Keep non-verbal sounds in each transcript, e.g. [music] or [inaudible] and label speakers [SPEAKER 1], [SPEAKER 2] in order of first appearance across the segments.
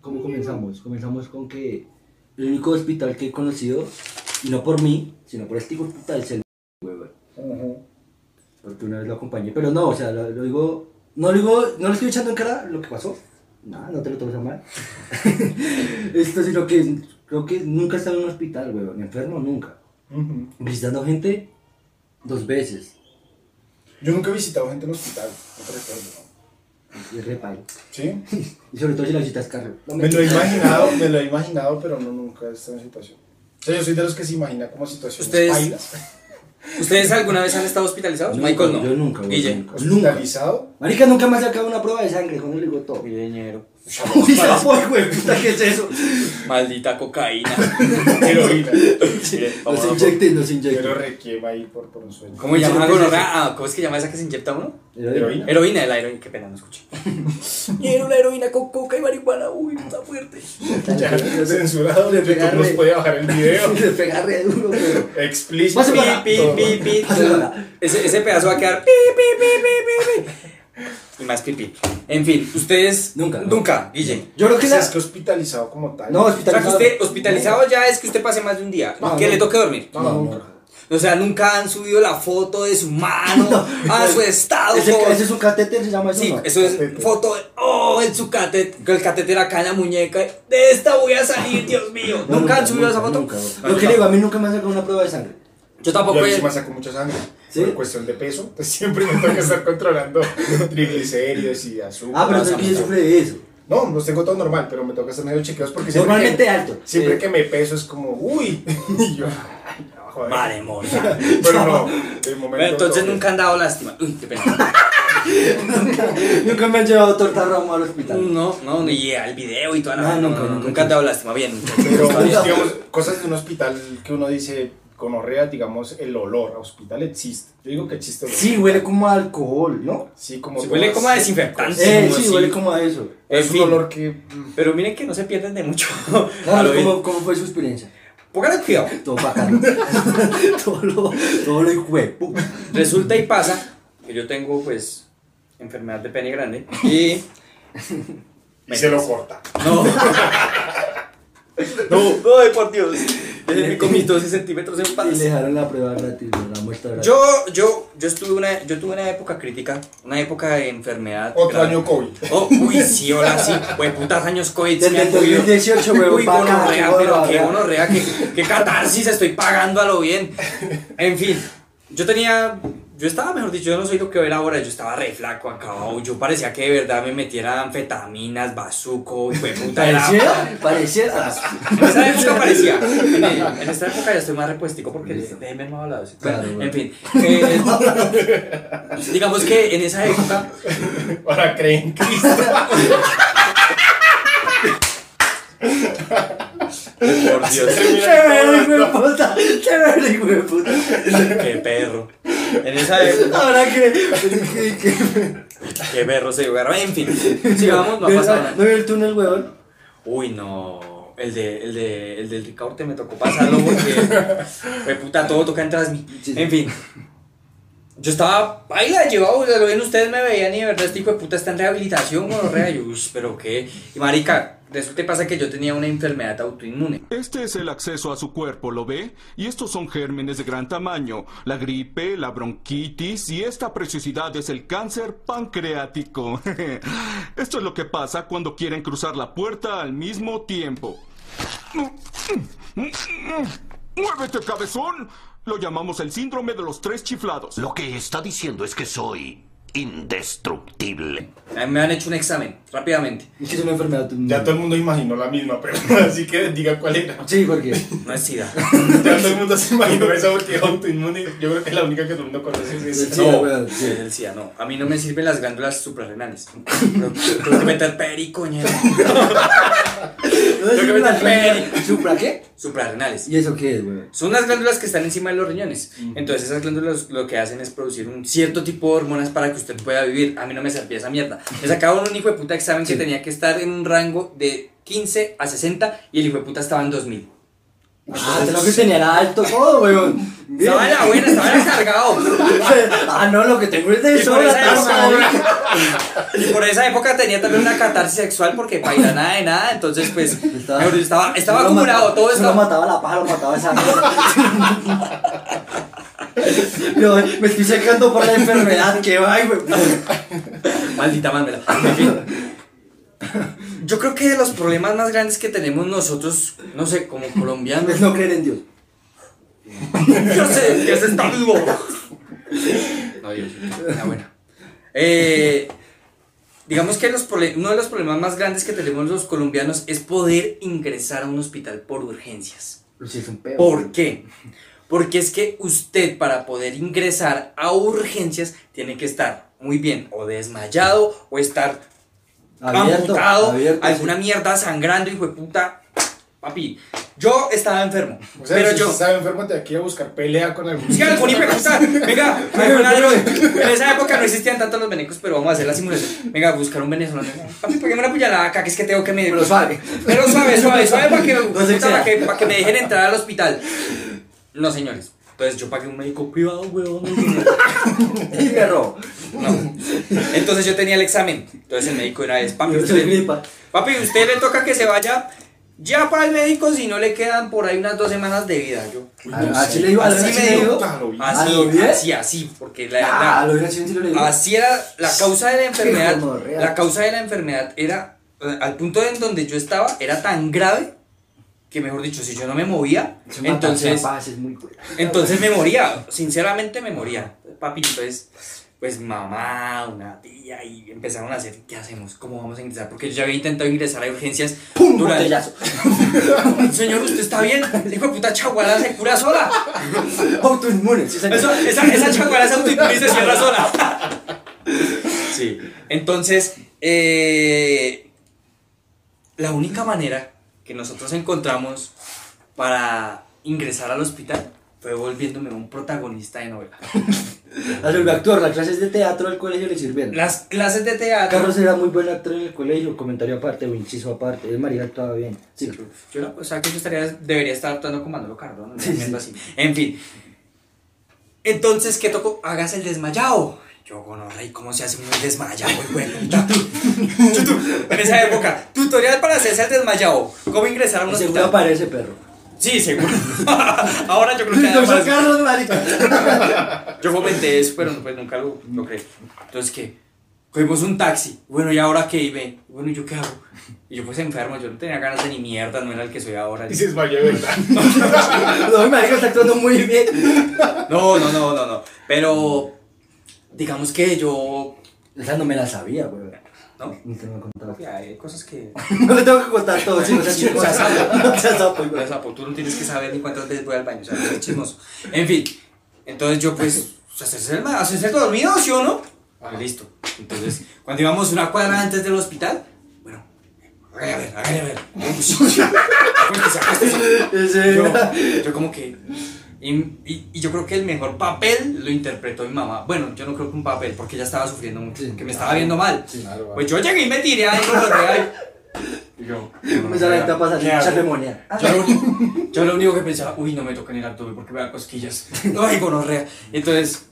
[SPEAKER 1] ¿Cómo comenzamos? Comenzamos con que el único hospital que he conocido, y no por mí, sino por este hospital, es el weón. Porque una vez lo acompañé. Pero no, o sea, lo, lo digo. No lo digo, no le estoy echando en cara lo que pasó. Nada, no te lo tomes a mal. [laughs] Esto, sino que creo que nunca he estado en un hospital, weón. Enfermo, nunca.
[SPEAKER 2] Ujú.
[SPEAKER 1] Visitando gente dos veces.
[SPEAKER 2] Yo nunca he visitado gente en hospital, no te recuerdo.
[SPEAKER 1] Y es reparo.
[SPEAKER 2] ¿Sí?
[SPEAKER 1] [laughs] Y sobre todo si la visitas carro. No
[SPEAKER 2] Me lo he imaginado, me lo he imaginado, pero no nunca he estado en situación. O sea, yo soy de los que se imagina como situaciones
[SPEAKER 1] [laughs]
[SPEAKER 3] Ustedes-
[SPEAKER 2] pailas.
[SPEAKER 3] ¿Ustedes alguna vez han estado hospitalizados?
[SPEAKER 1] Nunca,
[SPEAKER 3] Michael no.
[SPEAKER 1] yo nunca, güey,
[SPEAKER 3] Guille.
[SPEAKER 1] nunca. [laughs]
[SPEAKER 2] Hospitalizado.
[SPEAKER 1] Marica nunca me ha sacado una prueba de sangre, Juan le digo todo.
[SPEAKER 3] Guilleñero.
[SPEAKER 1] [laughs] Uy, se fue, güey, puta, ¿qué es eso?
[SPEAKER 3] Maldita
[SPEAKER 1] [laughs]
[SPEAKER 3] cocaína.
[SPEAKER 2] [laughs] Heroína.
[SPEAKER 1] Nos inyecten, nos inyecten.
[SPEAKER 2] Pero requiema ahí por, por un sueño.
[SPEAKER 3] ¿Cómo se llama?
[SPEAKER 1] ¿Qué es eso?
[SPEAKER 3] gonorrea? Ah, ¿Cómo es que llama esa que se inyecta uno?
[SPEAKER 2] Heroína.
[SPEAKER 3] Heroína, la heroína. Qué pena, no [laughs] escuché. Y era una heroína con coca y marihuana. Uy, está fuerte.
[SPEAKER 2] [laughs] [laughs] Ya, censurado,
[SPEAKER 1] Le
[SPEAKER 2] YouTube nos
[SPEAKER 1] pegarle.
[SPEAKER 2] puede bajar
[SPEAKER 1] [laughs]
[SPEAKER 2] el video.
[SPEAKER 1] Le pega re duro, pero.
[SPEAKER 2] Explícito.
[SPEAKER 1] Más o menos.
[SPEAKER 3] Pi, pi, pi, pi.
[SPEAKER 1] Pásala.
[SPEAKER 3] Ese, ese pedazo va a quedar pi, pi, pi, pi, pi, pi. Y más pi, pi. En fin, ustedes.
[SPEAKER 1] Nunca, no.
[SPEAKER 3] Nunca, Guille.
[SPEAKER 1] Yo creo
[SPEAKER 2] O
[SPEAKER 1] que
[SPEAKER 2] sea,
[SPEAKER 1] la.
[SPEAKER 2] es que hospitalizado como tal.
[SPEAKER 1] No,
[SPEAKER 3] O sea, que
[SPEAKER 1] hospitalizado.
[SPEAKER 3] usted hospitalizado ya es que usted pase más de un día.
[SPEAKER 1] No,
[SPEAKER 3] que
[SPEAKER 1] no.
[SPEAKER 3] le toque dormir.
[SPEAKER 1] No,
[SPEAKER 2] No,
[SPEAKER 1] no,
[SPEAKER 2] nunca.
[SPEAKER 3] O sea, nunca han subido la foto de
[SPEAKER 1] [laughs]
[SPEAKER 3] su mano a su estado.
[SPEAKER 1] ¿Ese, ese es un catéter, se llama eso.
[SPEAKER 3] Sí,
[SPEAKER 1] no?
[SPEAKER 3] eso es
[SPEAKER 2] Catéter.
[SPEAKER 3] foto. de- Oh, en su catéter. El catéter acá en la muñeca. De esta voy a salir, Dios mío.
[SPEAKER 1] No,
[SPEAKER 3] ¿Nunca han subido esa foto?
[SPEAKER 1] nunca,
[SPEAKER 3] No,
[SPEAKER 1] Lo
[SPEAKER 3] yo
[SPEAKER 1] que le digo, a
[SPEAKER 3] tampoco.
[SPEAKER 1] mí nunca me han sacado una prueba de sangre.
[SPEAKER 3] Yo
[SPEAKER 2] Yo
[SPEAKER 3] tampoco.
[SPEAKER 2] a mí
[SPEAKER 3] he-
[SPEAKER 2] sí me saco mucha sangre.
[SPEAKER 1] ¿Sí?
[SPEAKER 2] Por cuestión de peso. [laughs] Entonces siempre me tengo que
[SPEAKER 1] [laughs]
[SPEAKER 2] estar controlando triglicéridos y azúcar.
[SPEAKER 1] Ah, pero
[SPEAKER 3] no,
[SPEAKER 1] usted que
[SPEAKER 3] no,
[SPEAKER 1] sufre de eso.
[SPEAKER 2] No, los tengo todo normal, pero me toca hacer medio chequeos porque siempre
[SPEAKER 1] Normalmente
[SPEAKER 2] que,
[SPEAKER 1] alto.
[SPEAKER 2] siempre
[SPEAKER 1] Sí.
[SPEAKER 2] que me peso es como, uy, [laughs] y yo, ay, no, joder.
[SPEAKER 3] Vale,
[SPEAKER 1] [laughs] este
[SPEAKER 3] mona.
[SPEAKER 2] Pero no, de momento.
[SPEAKER 3] Bueno, entonces
[SPEAKER 2] no.
[SPEAKER 3] nunca han dado lástima. Uy,
[SPEAKER 1] [laughs]
[SPEAKER 3] qué pena.
[SPEAKER 1] Nunca me han llevado torta ramo al hospital.
[SPEAKER 3] No, no, y al video y toda la.
[SPEAKER 1] No,
[SPEAKER 3] No,
[SPEAKER 1] nunca,
[SPEAKER 3] no, no,
[SPEAKER 1] nunca.
[SPEAKER 3] nunca han dado lástima.
[SPEAKER 1] [laughs]
[SPEAKER 3] Bien. [laughs]
[SPEAKER 2] Pero pues, digamos, cosas de un hospital que uno dice con orrea, digamos, el olor a hospital existe. Yo digo que existe olor.
[SPEAKER 1] Sí, huele como a alcohol, ¿no?
[SPEAKER 2] Sí, como
[SPEAKER 3] Sí, huele
[SPEAKER 2] todas-
[SPEAKER 3] como a desinfectante.
[SPEAKER 1] Eh,
[SPEAKER 3] como
[SPEAKER 1] sí,
[SPEAKER 3] así.
[SPEAKER 1] huele como a eso.
[SPEAKER 2] Es
[SPEAKER 3] En
[SPEAKER 2] un
[SPEAKER 3] fin.
[SPEAKER 2] olor que mm,
[SPEAKER 3] Pero miren que no se pierden de mucho. [laughs] A
[SPEAKER 1] Claro,
[SPEAKER 3] Ah, lo bien.
[SPEAKER 1] ¿cómo, ¿cómo fue su experiencia?
[SPEAKER 3] Pónganle cuidado.
[SPEAKER 1] Todo
[SPEAKER 3] [laughs]
[SPEAKER 1] bacano. [laughs] todo lo, todo lo huevo.
[SPEAKER 3] Resulta y pasa que yo tengo, pues, enfermedad de
[SPEAKER 1] [laughs]
[SPEAKER 3] pene grande. Y.
[SPEAKER 2] y se lo corta.
[SPEAKER 3] [laughs] No. no, no, de por Dios. Eh, Con mis 12 centímetros en
[SPEAKER 1] Y le
[SPEAKER 3] paz.
[SPEAKER 1] dejaron la prueba gratis, la muestra gratis.
[SPEAKER 3] Yo, yo, yo estuve una, yo tuve una época crítica, una época de enfermedad.
[SPEAKER 2] Otro
[SPEAKER 3] grave.
[SPEAKER 2] año COVID.
[SPEAKER 3] Oh, uy, sí, hola, sí, güey, putas años COVID. se
[SPEAKER 1] Desde
[SPEAKER 3] me han
[SPEAKER 1] el
[SPEAKER 3] cogido.
[SPEAKER 1] 2018, güey,
[SPEAKER 3] Uy,
[SPEAKER 1] pa' acá,
[SPEAKER 3] gonorrea,
[SPEAKER 1] qué
[SPEAKER 3] pero qué
[SPEAKER 1] gonorrea.
[SPEAKER 3] gonorrea, qué, qué catarsis estoy pagando a lo bien. En fin, yo tenía, yo estaba, mejor dicho, yo no soy lo que veo ahora, yo estaba re flaco, acabado, yo parecía que de verdad me metiera anfetaminas, bazuco, güey, puta, era...
[SPEAKER 1] Pareciera, pareciera.
[SPEAKER 3] En esa [laughs] época parecía. En, en esta época ya estoy más repuestico porque déjenme más hablado. sí.
[SPEAKER 1] Claro,
[SPEAKER 3] Bueno,
[SPEAKER 1] güey.
[SPEAKER 3] en fin. eh, digamos que en esa época
[SPEAKER 2] [laughs] Ahora creen que [laughs]
[SPEAKER 3] Por Dios.
[SPEAKER 1] Chévere, hijo de puta. Chévere, hijo de puta.
[SPEAKER 3] [laughs] Qué perro. En esa época,
[SPEAKER 1] Ahora que. que- que-
[SPEAKER 3] qué perro se agarró. En fin, sigamos, no ha
[SPEAKER 1] ¿Ves?
[SPEAKER 3] pasado
[SPEAKER 1] ¿No
[SPEAKER 3] nada.
[SPEAKER 1] vio el túnel, huevón?
[SPEAKER 3] Uy, no. El, de, el, de, el del Ricaurte me tocó pasarlo porque.
[SPEAKER 1] [laughs]
[SPEAKER 3] Fue puta, todo toca en mí.
[SPEAKER 1] Sí.
[SPEAKER 3] En fin. Yo estaba. Ahí la llevaba, o sea, lo ven, ustedes me veían y de verdad este hijo de puta está en rehabilitación, gonorrea. Yo, "Ush, pero qué. Y marica, resulta y pasa que yo tenía una enfermedad autoinmune.
[SPEAKER 4] Este es el acceso a su cuerpo, ¿lo ve? Y estos son gérmenes de gran tamaño. La gripe, la bronquitis y esta preciosidad es el cáncer pancreático. [laughs] Esto es lo que pasa cuando quieren cruzar la puerta al mismo tiempo. ¡Muévete, cabezón! Lo llamamos el síndrome de los tres chiflados.
[SPEAKER 5] Lo que está diciendo es que soy indestructible.
[SPEAKER 3] A mí Me han hecho un examen, rápidamente.
[SPEAKER 1] Es que es una enfermedad.
[SPEAKER 2] ya todo el mundo imaginó la misma pregunta, [laughs] así que diga cuál era. [laughs]
[SPEAKER 1] Sí, porque. [laughs]
[SPEAKER 3] No es SIDA.
[SPEAKER 2] Ya todo el mundo se imaginó esa porque es autoinmune. Yo creo que es la única que todo el mundo conoce. es esa.
[SPEAKER 1] Sí,
[SPEAKER 3] no,
[SPEAKER 1] weón, sí.
[SPEAKER 3] el SIDA, no. A mí no me sirven las glándulas suprarrenales. Tengo tengo que meter pericoñero.
[SPEAKER 1] ¿No
[SPEAKER 3] Yo que me tapé.
[SPEAKER 1] ¿Supra qué?
[SPEAKER 3] Suprarrenales.
[SPEAKER 1] ¿Y eso qué es, huevón?
[SPEAKER 3] Son las glándulas que están encima de los riñones. Entonces esas glándulas lo que hacen es producir un cierto tipo de hormonas para que usted pueda vivir. A mí no me servía esa mierda. Me sacaron un hijo de puta examen que tenía que estar en un rango de 15 a 60 y el hijo de puta estaba en 2000.
[SPEAKER 1] Ah, te lo que tenía era alto todo, weón. Bien.
[SPEAKER 3] Estaba en la buena, estaba descargado.
[SPEAKER 1] [laughs] Ah, no, lo que tengo es de
[SPEAKER 3] Y por,
[SPEAKER 1] sobra.
[SPEAKER 3] esa
[SPEAKER 1] toma, madre.
[SPEAKER 3] época, y por esa época tenía también una catarsis sexual porque baila nada de nada, entonces pues mejor dicho, estaba, estaba
[SPEAKER 1] no lo
[SPEAKER 3] acumulado,
[SPEAKER 1] mataba-
[SPEAKER 3] todo
[SPEAKER 1] no lo
[SPEAKER 3] estaba...
[SPEAKER 1] mataba la paja, lo mataba esa
[SPEAKER 3] [laughs]
[SPEAKER 1] mierda. No, me estoy secando por la enfermedad que va, weón.
[SPEAKER 3] Maldita mándela. En fin. Yo creo que de los problemas más grandes que tenemos nosotros, no sé, como colombianos,
[SPEAKER 1] Es no creer en Dios.
[SPEAKER 3] [laughs] Dios, es- Dios está vivo. No, Dios, la buena. Eh, digamos que los prole- uno de los problemas más grandes que tenemos los colombianos es poder ingresar a un hospital por urgencias.
[SPEAKER 1] Pero si es un pedo.
[SPEAKER 3] ¿Por qué? Porque es que usted para poder ingresar a urgencias tiene que estar muy bien o desmayado o estar
[SPEAKER 1] Abierto,
[SPEAKER 3] amputado,
[SPEAKER 1] abierto,
[SPEAKER 3] alguna
[SPEAKER 1] sí.
[SPEAKER 3] mierda sangrando, hijo de puta. Papi, yo estaba enfermo,
[SPEAKER 2] O sea,
[SPEAKER 3] pero
[SPEAKER 2] si
[SPEAKER 3] yo...
[SPEAKER 2] se sabe enfermo, te aquí a buscar pelea con algún.
[SPEAKER 3] Es Pues que algún hijo de puta, venga, algún árabe. en esa época no existían tantos los venecos, pero vamos a hacer la simulación. Venga, buscar un venezolano. Papi, pegueme una puñalada acá, que es que tengo que me.
[SPEAKER 1] Pero suave.
[SPEAKER 3] Pero suave, suave, suave para que,
[SPEAKER 1] No se
[SPEAKER 3] puta,
[SPEAKER 1] exceda.
[SPEAKER 3] para que, para que me dejen entrar al hospital. No, señores. Entonces yo pagué un médico privado, huevón.
[SPEAKER 1] Y me robó.
[SPEAKER 3] No. Entonces yo tenía el examen. Entonces el médico era es, papi,
[SPEAKER 1] Yo
[SPEAKER 3] usted
[SPEAKER 1] soy gripa.
[SPEAKER 3] Papi, usted le toca que se vaya ya para el médico si no le quedan por ahí unas dos semanas de vida. Yo,
[SPEAKER 1] Así le digo,
[SPEAKER 3] Así
[SPEAKER 1] así
[SPEAKER 3] me
[SPEAKER 1] le digo.
[SPEAKER 3] digo.
[SPEAKER 1] ¿A
[SPEAKER 3] Así,
[SPEAKER 1] lo bien?
[SPEAKER 3] así, así, porque la verdad.
[SPEAKER 1] Ah, lo hubiera sido si lo le digo.
[SPEAKER 3] Así era la causa de la enfermedad.
[SPEAKER 1] gonorrea.
[SPEAKER 3] La causa de la enfermedad era, eh, al punto en donde yo estaba, era tan grave que, mejor dicho, si yo no me movía,
[SPEAKER 1] Se mata,
[SPEAKER 3] entonces,
[SPEAKER 1] se pasa, es muy buena.
[SPEAKER 3] entonces me moría. Sinceramente me moría. Papi, entonces, pues mamá, una tía, y empezaron a hacer, ¿qué hacemos? ¿Cómo vamos a ingresar? Porque yo ya había intentado ingresar a urgencias.
[SPEAKER 1] ¡Pum!
[SPEAKER 3] durante-
[SPEAKER 1] Botellazo. [laughs]
[SPEAKER 3] [laughs] Señor, ¿usted está bien? Hijo de puta chaguala se cura sola.
[SPEAKER 1] Autoinmune, sí, señor.
[SPEAKER 3] Eso- esa, esa chacuara se autoimprime y se cierra sola. Sí. Entonces, eh, la única manera que nosotros encontramos para ingresar al hospital fue volviéndome un protagonista de novela.
[SPEAKER 1] [laughs] Al el actor, las clases de teatro del colegio le sirvieron.
[SPEAKER 3] Las clases de teatro.
[SPEAKER 1] Carlos era muy buen actor en el colegio, comentario aparte, o inciso aparte. El marido actuaba bien. Sí.
[SPEAKER 3] Yo la- o sea, que yo estaría, debería estar actuando con Manolo Cardona, una mierda así. En fin. Entonces, ¿qué tocó? Hagas el desmayado. Yo, bueno, rey, ¿cómo se hace un desmayado? Bueno, YouTube. YouTube. En esa época, tutorial para hacerse el desmayado. ¿Cómo ingresar a un
[SPEAKER 1] Seguro
[SPEAKER 3] hospital?
[SPEAKER 1] aparece [laughs] perro.
[SPEAKER 3] Sí, seguro. [laughs] Ahora yo creo que ya más-
[SPEAKER 1] Carlos, marica.
[SPEAKER 3] yo fomenté eso, pero pues nunca lo, lo creí. Entonces, ¿qué? Cogimos un taxi. Bueno, ¿y ahora qué? Y ven. Bueno, ¿y yo qué hago? Y yo pues enfermo, yo no tenía ganas de ni mierda, no era el que soy ahora.
[SPEAKER 2] Y se desmayó, de ¿verdad?
[SPEAKER 1] [laughs] No, el marica está actuando muy bien.
[SPEAKER 3] No, no, no, no, no. Pero digamos que yo.
[SPEAKER 1] Esa no me la sabía, güey.
[SPEAKER 3] ¿No?
[SPEAKER 1] Ni te me contaste.
[SPEAKER 3] eh, Hay cosas que.
[SPEAKER 1] No le tengo que contar todo, [laughs] sí, no
[SPEAKER 3] [laughs]
[SPEAKER 1] seas chismoso. [laughs] No seas sapo,
[SPEAKER 3] O
[SPEAKER 1] güey.
[SPEAKER 3] sea, pues, tú no tienes que saber ni cuántas veces voy al baño, o sea, es chismoso. En fin, entonces yo pues. o sea, Hacerse el, ma- hacerse el dormido, ¿sí o no? Ah, listo. Entonces, cuando íbamos una cuadra antes del hospital, bueno, hágale a ver,
[SPEAKER 1] [laughs]
[SPEAKER 3] hágale a ver. Porque se acueste.
[SPEAKER 1] Ese [laughs]
[SPEAKER 3] yo,
[SPEAKER 1] era-
[SPEAKER 3] yo como que... Y, y- y yo creo que el mejor papel lo interpretó mi mamá. Bueno, yo no creo que un papel, porque ella estaba sufriendo mucho,
[SPEAKER 1] Sí.
[SPEAKER 3] que me estaba viendo mal.
[SPEAKER 2] Claro,
[SPEAKER 3] Pues yo llegué y me tiré ahí con los reales. Y yo...
[SPEAKER 1] Me sale pues la tapa así,
[SPEAKER 3] ¿qué hago?
[SPEAKER 1] chapemonía.
[SPEAKER 3] Yo lo, uni- yo lo único que pensaba, uy, no me toquen el abdomen porque me da cosquillas. [laughs] Ay, gonorrea. Entonces,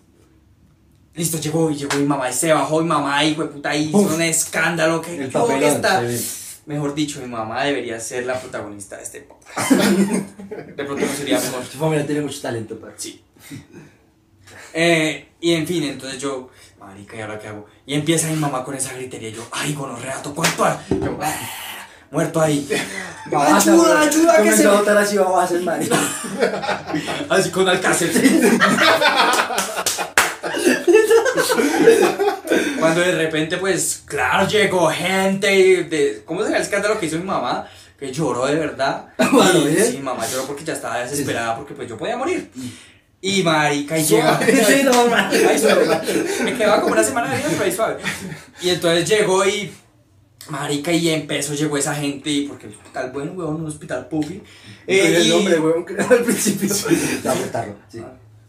[SPEAKER 3] listo, llegó y llegó mi mamá y se bajó mi mamá y puta hizo
[SPEAKER 1] Uf.
[SPEAKER 3] un escándalo que
[SPEAKER 1] El
[SPEAKER 3] yo
[SPEAKER 1] papelón,
[SPEAKER 3] está.
[SPEAKER 1] se ve.
[SPEAKER 3] Mejor dicho, mi mamá debería ser la protagonista de este podcast.
[SPEAKER 1] [laughs]
[SPEAKER 3] De pronto no sería mejor.
[SPEAKER 1] Tu familia tiene mucho talento, perro.
[SPEAKER 3] Sí. Eh, y en fin, entonces yo, marica, ¿y ahora qué hago? Y empieza mi mamá con esa gritería. Yo, ay, gonorrea, tocó actuar. Yo, "Ah", muerto ahí.
[SPEAKER 1] Babasa,
[SPEAKER 3] ayuda,
[SPEAKER 1] güey.
[SPEAKER 3] ayuda, que
[SPEAKER 1] Comenzó
[SPEAKER 3] se.
[SPEAKER 1] a botar así babas el marica.
[SPEAKER 3] Así con Alcácer. Cuando de repente, pues, claro, llegó gente y de, ¿cómo será el escándalo que hizo mi mamá? Que lloró de verdad.
[SPEAKER 1] [laughs] Bueno,
[SPEAKER 3] Y
[SPEAKER 1] ¿eh?
[SPEAKER 3] sí, mi mamá lloró porque ya estaba desesperada porque pues yo podía morir. Y marica, y llega.
[SPEAKER 1] Mm. [laughs] Sí, no, marica.
[SPEAKER 3] Ay, suave. Me quedaba como una semana de vida, pero ahí suave. Y entonces llegó y. Marica, y empezó, llegó esa gente, y porque el hospital bueno, weón, un hospital puffy.
[SPEAKER 1] Pero
[SPEAKER 3] Eh,
[SPEAKER 1] el
[SPEAKER 3] y-
[SPEAKER 1] nombre, güey, que era [laughs] al principio. Para botarlo, sí.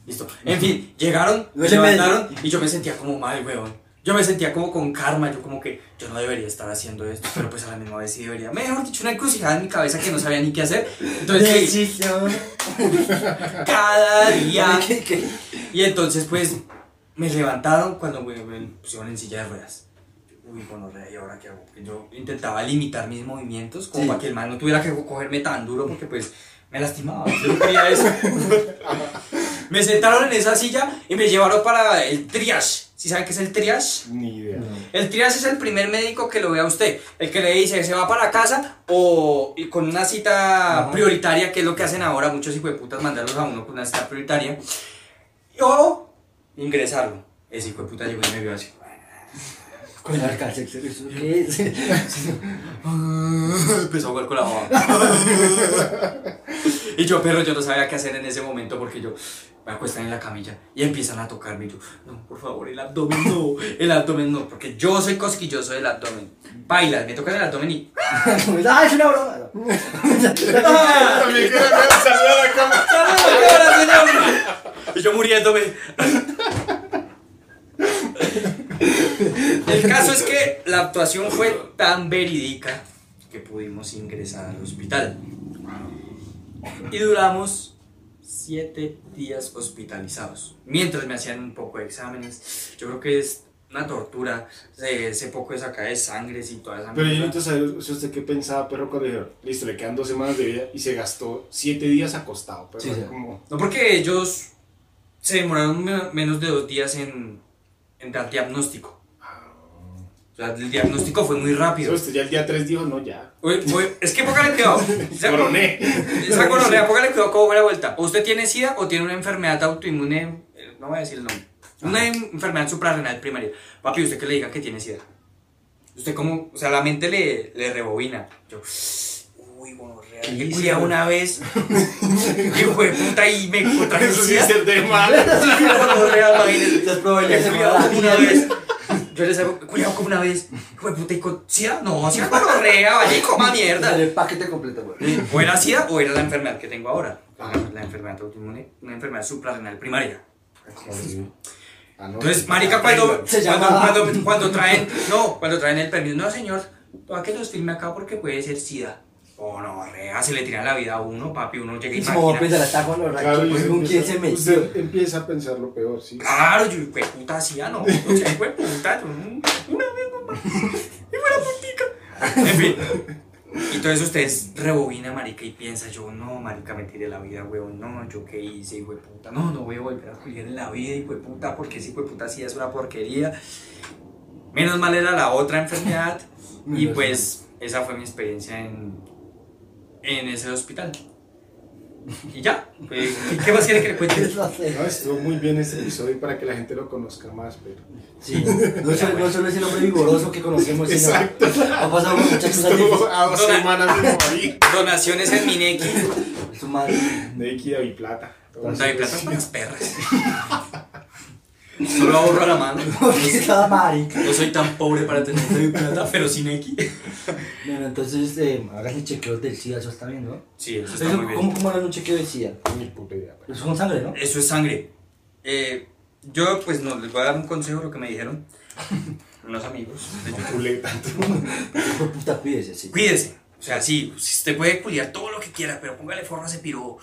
[SPEAKER 3] Listo. En fin, llegaron, me
[SPEAKER 1] Duele medio.
[SPEAKER 3] levantaron y yo me sentía como mal, weón. Yo me sentía como con karma, yo como que yo no debería estar haciendo esto, pero pues a la misma vez sí debería. Mejor dicho, una encrucijada en mi cabeza que no sabía ni qué hacer. Entonces, sí,
[SPEAKER 1] Decisión.
[SPEAKER 3] cada día. Y entonces, pues, me levantaron cuando me, me pusieron en silla de ruedas. Uy, bueno, ¿y ahora qué hago? Porque Yo intentaba limitar mis movimientos como
[SPEAKER 1] Sí.
[SPEAKER 3] para que el man no tuviera que co- cogerme tan duro porque, pues, me lastimaba. Yo no quería eso. [laughs] me sentaron en esa silla y me llevaron para el triage. ¿Sí saben qué es el
[SPEAKER 2] [laughs]
[SPEAKER 3] triage?
[SPEAKER 2] Ni idea. [laughs]
[SPEAKER 3] El trias es el primer médico que lo ve a usted, el que le dice se va para casa o y con una cita prioritaria, que es lo que hacen ahora muchos hijueputas, mandarlos a uno con una cita prioritaria, o ingresarlo. Ese hijueputa llegó y me vio así. [laughs]
[SPEAKER 1] Con el alcance, ¿eso qué es?
[SPEAKER 3] Empezó a jugar con la baba. [laughs] y yo, perro, yo no sabía qué hacer en ese momento porque yo me acuestan en la camilla y empiezan a tocarme. Y yo, no, por favor, el abdomen no, el abdomen no, porque yo soy cosquilloso del abdomen. Bailas, me tocan el abdomen y
[SPEAKER 1] ¡Ah, es una broma!
[SPEAKER 3] ¡Ah!
[SPEAKER 2] También quiero salir a la cama.
[SPEAKER 3] Y yo muriéndome. El caso es que la actuación fue tan verídica que pudimos ingresar al hospital. Y duramos siete días hospitalizados. Mientras me hacían un poco de exámenes. Yo creo que es una tortura. Se- Ese poco de saca de sangres y toda esa
[SPEAKER 2] Pero yo
[SPEAKER 3] mierda.
[SPEAKER 2] necesito saber o sea, usted qué pensaba, perro, cuando dijeron, listo, le quedan dos semanas de vida y se gastó siete días acostado, perro.
[SPEAKER 1] Sí, sí.
[SPEAKER 2] Como,
[SPEAKER 3] No porque ellos se demoraron me- menos de dos días en, en dar diagnóstico.
[SPEAKER 2] Ah.
[SPEAKER 3] O sea, el diagnóstico fue muy
[SPEAKER 2] Pero
[SPEAKER 3] rápido.
[SPEAKER 2] usted ya el día tres dijo, no, ya.
[SPEAKER 3] Oye, oye, es que póngale
[SPEAKER 2] [laughs]
[SPEAKER 3] cuidado. Esa- [laughs]
[SPEAKER 2] Coroné.
[SPEAKER 3] Esa gonorrea, póngale cuidado cómo va la vuelta. O usted tiene SIDA o tiene una enfermedad autoinmune, eh, no voy a decir el nombre. Una en- enfermedad suprarrenal primaria. Papi, usted que le diga que tiene SIDA. Usted como, o sea, la mente le, le rebobina. Yo, uy, gonorrea.
[SPEAKER 1] Sí,
[SPEAKER 3] Yo
[SPEAKER 1] sí,
[SPEAKER 3] culiaba
[SPEAKER 1] sí.
[SPEAKER 2] [laughs]
[SPEAKER 3] una vez. [laughs] Hijo de puta, y me contraje
[SPEAKER 2] Eso sí es
[SPEAKER 3] SIDA.
[SPEAKER 2] ser de mal.
[SPEAKER 3] Gonorrea, imagínese.
[SPEAKER 1] Las probabilidades de
[SPEAKER 3] Cuidado
[SPEAKER 1] morir.
[SPEAKER 3] como una vez. Yo les hago, cuidado como una vez. Hijo de puta, y con sida. No, sida gonorrea, vaya y coma mierda.
[SPEAKER 1] El paquete completo, güey.
[SPEAKER 3] O era sida o era la enfermedad que tengo ahora. Ah, La enfermedad autoinmune, una enfermedad suprarrenal primaria.
[SPEAKER 2] Ah, no.
[SPEAKER 3] Entonces, marica, pues, cuando,
[SPEAKER 1] Se
[SPEAKER 3] cuando,
[SPEAKER 1] llamaba-
[SPEAKER 3] cuando, cuando traen, no, cuando traen el permiso, no señor, toca que los filme acá porque puede ser sida. Oh, no, rea, se le tira la vida a uno, papi, uno llega y
[SPEAKER 1] Y como
[SPEAKER 3] imagina.
[SPEAKER 1] pensar, está con los
[SPEAKER 2] Claro, y
[SPEAKER 1] rayos,
[SPEAKER 3] Pues,
[SPEAKER 2] usted
[SPEAKER 1] con quién
[SPEAKER 2] empieza-
[SPEAKER 1] se metió.
[SPEAKER 2] Usted empieza a pensar lo peor, sí.
[SPEAKER 3] Claro, yo, hijo de puta, sida, no, o sea, hijo de puta, yo, mm, una vez nomás, y fue la puntica. En fin. Y entonces ustedes rebobina, marica, y piensa, yo, no, marica, me tiré la vida, weón, no, yo qué hice, hijo de puta, no, no voy a volver a jugar en la vida, hijo de puta, porque ese hijo de puta sí es una porquería. Menos mal era la otra enfermedad, y
[SPEAKER 1] Menos
[SPEAKER 3] pues esa fue mi experiencia en, en ese hospital. Y ya, pues, ¿qué- ¿qué más quiere que le
[SPEAKER 1] [laughs]
[SPEAKER 3] cuente?
[SPEAKER 1] Es la fe.
[SPEAKER 2] No, estuvo muy bien este episodio y para que la gente lo conozca más, pero.
[SPEAKER 1] Sí, no solo, no solo es el hombre vigoroso que conocemos, sino
[SPEAKER 2] Exacto.
[SPEAKER 1] ha pasado por muchas cosas
[SPEAKER 2] Estuvo
[SPEAKER 1] difíciles.
[SPEAKER 2] [laughs] a dos
[SPEAKER 3] Dona-
[SPEAKER 2] semanas de morir.
[SPEAKER 3] Donaciones en Mineki.
[SPEAKER 1] Su madre.
[SPEAKER 2] De equidad y plata.
[SPEAKER 3] No hay plata para las perras. Solo ahorro a la mano.
[SPEAKER 1] Estaba marica.
[SPEAKER 3] No soy tan pobre para tener de plata, pero sin X.
[SPEAKER 1] Bueno, entonces, eh, hágase chequeos del SIDA, eso está bien, ¿no?
[SPEAKER 3] Sí, eso está
[SPEAKER 1] Eso,
[SPEAKER 3] muy bien.
[SPEAKER 1] ¿Cómo, ¿Cómo harán un chequeo del SIDA?
[SPEAKER 2] Ni puta idea, pues. perro.
[SPEAKER 1] Eso con sangre, ¿no?
[SPEAKER 3] Eso es sangre. Eh, yo, pues, no, les voy a dar un consejo, lo que me dijeron unos amigos.
[SPEAKER 2] Culé tanto.
[SPEAKER 1] Hijo de puta, cuídese, sí.
[SPEAKER 3] Cuídese. O sea, sí, usted puede culiar todo lo que quiera, pero póngale forro a ese piro.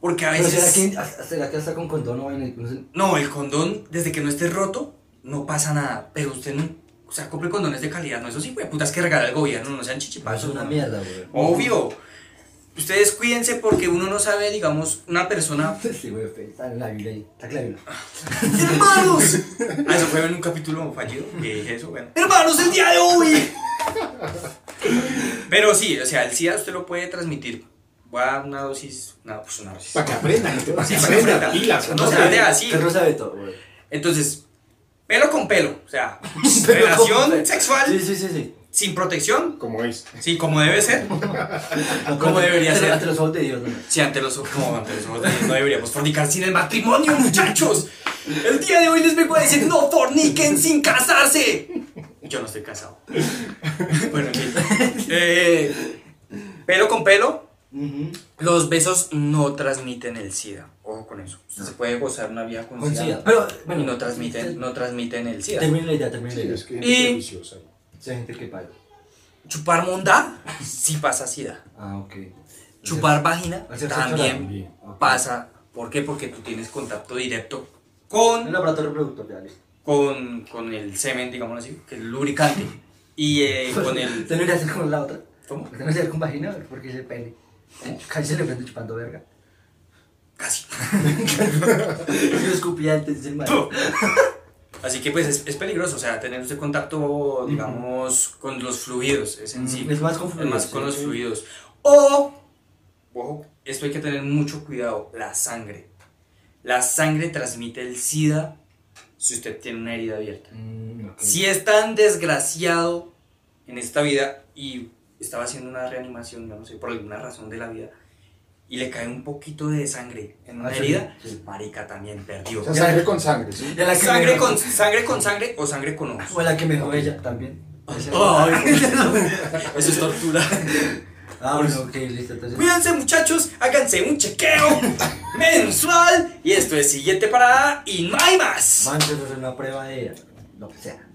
[SPEAKER 3] Porque a
[SPEAKER 1] Pero
[SPEAKER 3] veces.
[SPEAKER 1] ¿será que, hasta- ¿será que hasta con condón o en el... no sé?
[SPEAKER 3] No, el condón, desde que no esté roto, no pasa nada. Pero usted no. O sea, compre condones de calidad, no eso sí, pues, putas que regala el gobierno, no sean
[SPEAKER 1] Eso
[SPEAKER 3] chichipazos.
[SPEAKER 1] es una
[SPEAKER 3] ¿no?
[SPEAKER 1] mierda, güey.
[SPEAKER 3] Obvio. Ustedes cuídense porque uno no sabe, digamos, una [laughs] persona.
[SPEAKER 1] Sí, güey, fe, está en la Biblia ahí. Está claro.
[SPEAKER 3] ¡Hermanos! Ah, eso fue en un capítulo fallido que dije eso, bueno. ¡Hermanos, el día de hoy! Pero sí, o sea, el SIDA usted lo puede transmitir. Voy a dar una dosis. Una, pues una dosis.
[SPEAKER 2] Para que aprendan, gente, para
[SPEAKER 3] Sí,
[SPEAKER 2] que
[SPEAKER 3] para que
[SPEAKER 2] aprendan.
[SPEAKER 3] aprendan.
[SPEAKER 2] Pilas,
[SPEAKER 3] No
[SPEAKER 2] ¿no?
[SPEAKER 3] se hace así.
[SPEAKER 1] Perro sabe todo, güey.
[SPEAKER 3] Entonces, pelo con [laughs] pelo. O sea,
[SPEAKER 1] Pero
[SPEAKER 3] [laughs] relación
[SPEAKER 1] como-
[SPEAKER 3] sexual
[SPEAKER 1] Sí, sí, sí, sí.
[SPEAKER 3] sin protección.
[SPEAKER 2] Como es.
[SPEAKER 3] Sí, como debe ser. ¿Cómo debería
[SPEAKER 1] Ante-
[SPEAKER 3] ser?
[SPEAKER 1] Ante los ojos de Dios, ¿no?
[SPEAKER 3] Si ante los ojos, no, ante los ojos de Dios no deberíamos fornicar sin el matrimonio, muchachos. El día de hoy les vengo a decir, no forniquen sin casarse. Yo no estoy casado. Bueno, en fin. Eh, pelo con pelo,
[SPEAKER 1] Ujú.
[SPEAKER 3] los besos no transmiten el SIDA. O todo con eso. Usted se puede gozar una vida con
[SPEAKER 1] Con
[SPEAKER 3] SIDA,
[SPEAKER 1] SIDA, pero, bueno,
[SPEAKER 3] y no transmiten, no transmiten el SIDA.
[SPEAKER 1] Termina la idea, termina
[SPEAKER 2] Sí,
[SPEAKER 1] la idea.
[SPEAKER 2] es que
[SPEAKER 3] Y-
[SPEAKER 2] gente prejuiciosa.
[SPEAKER 1] Esa gente que paga.
[SPEAKER 3] Chupar munda sí pasa SIDA.
[SPEAKER 1] Ah, ok.
[SPEAKER 3] Chupar vagina
[SPEAKER 1] hacer sexo
[SPEAKER 3] también
[SPEAKER 1] también. Ok.
[SPEAKER 3] pasa. ¿Por qué? Porque tú tienes contacto directo con
[SPEAKER 1] El laboratorio reproductor, ya listo.
[SPEAKER 3] con, con el semen, digámoslo así, que es lubricante. Y eh, con
[SPEAKER 1] [laughs] Usted
[SPEAKER 3] el.
[SPEAKER 1] no iría a hacer con la otra.
[SPEAKER 3] ¿Cómo? ¿Eh?
[SPEAKER 1] Usted no iría a hacer con vagina porque es el pene. Casi se le prende chupando verga. [laughs]
[SPEAKER 3] Casi. [laughs]
[SPEAKER 1] Yo escupía antes del mar.
[SPEAKER 3] Así que pues es, es peligroso, o sea, tener usted contacto, digamos, con los fluidos, es en sí.
[SPEAKER 1] Mm, Es más con fluidos,
[SPEAKER 3] Es más con
[SPEAKER 1] sí,
[SPEAKER 3] los
[SPEAKER 1] sí.
[SPEAKER 3] fluidos. O, ojo, esto hay que tener mucho cuidado, la sangre. La sangre transmite el SIDA si usted tiene una herida abierta.
[SPEAKER 1] Mm, ok.
[SPEAKER 3] Si es tan desgraciado en esta vida y estaba haciendo una reanimación, yo no sé, por alguna razón de la vida, y le cae un poquito de sangre en una
[SPEAKER 1] Ah, sí,
[SPEAKER 3] herida, pues,
[SPEAKER 1] sí.
[SPEAKER 3] marica también perdió.
[SPEAKER 2] O sea, sangre con sangre, ¿sí?
[SPEAKER 1] Y a la que
[SPEAKER 3] Sangre
[SPEAKER 1] me-
[SPEAKER 3] con, sangre con sangre o sangre con ojos.
[SPEAKER 1] O a la que me dejó ella también.
[SPEAKER 3] Ay,
[SPEAKER 1] [laughs]
[SPEAKER 3] eso es tortura.
[SPEAKER 1] Ah, bueno, ok, listo. Entonces,
[SPEAKER 3] Cuídense muchachos, háganse un chequeo mensual y esto es siguiente parada y no hay más.
[SPEAKER 1] Manchester es una prueba de lo que sea.